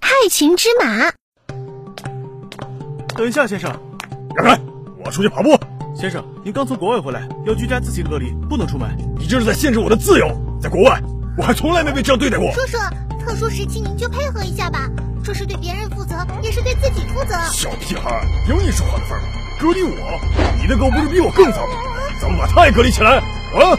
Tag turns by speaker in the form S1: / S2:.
S1: 害群之马。
S2: 等一下，先生，
S3: 让开，我出去跑步。
S2: 先生，您刚从国外回来，要居家自行隔离，不能出门。
S3: 你这是在限制我的自由。在国外，我还从来没被这样对待过。
S1: 叔叔，特殊时期您就配合一下吧，这是对别人负责，也是对自己负责。
S3: 小屁孩，有你说话的份儿吗？隔离我，你的狗不是比我更早吗？咱们把它也隔离起来啊！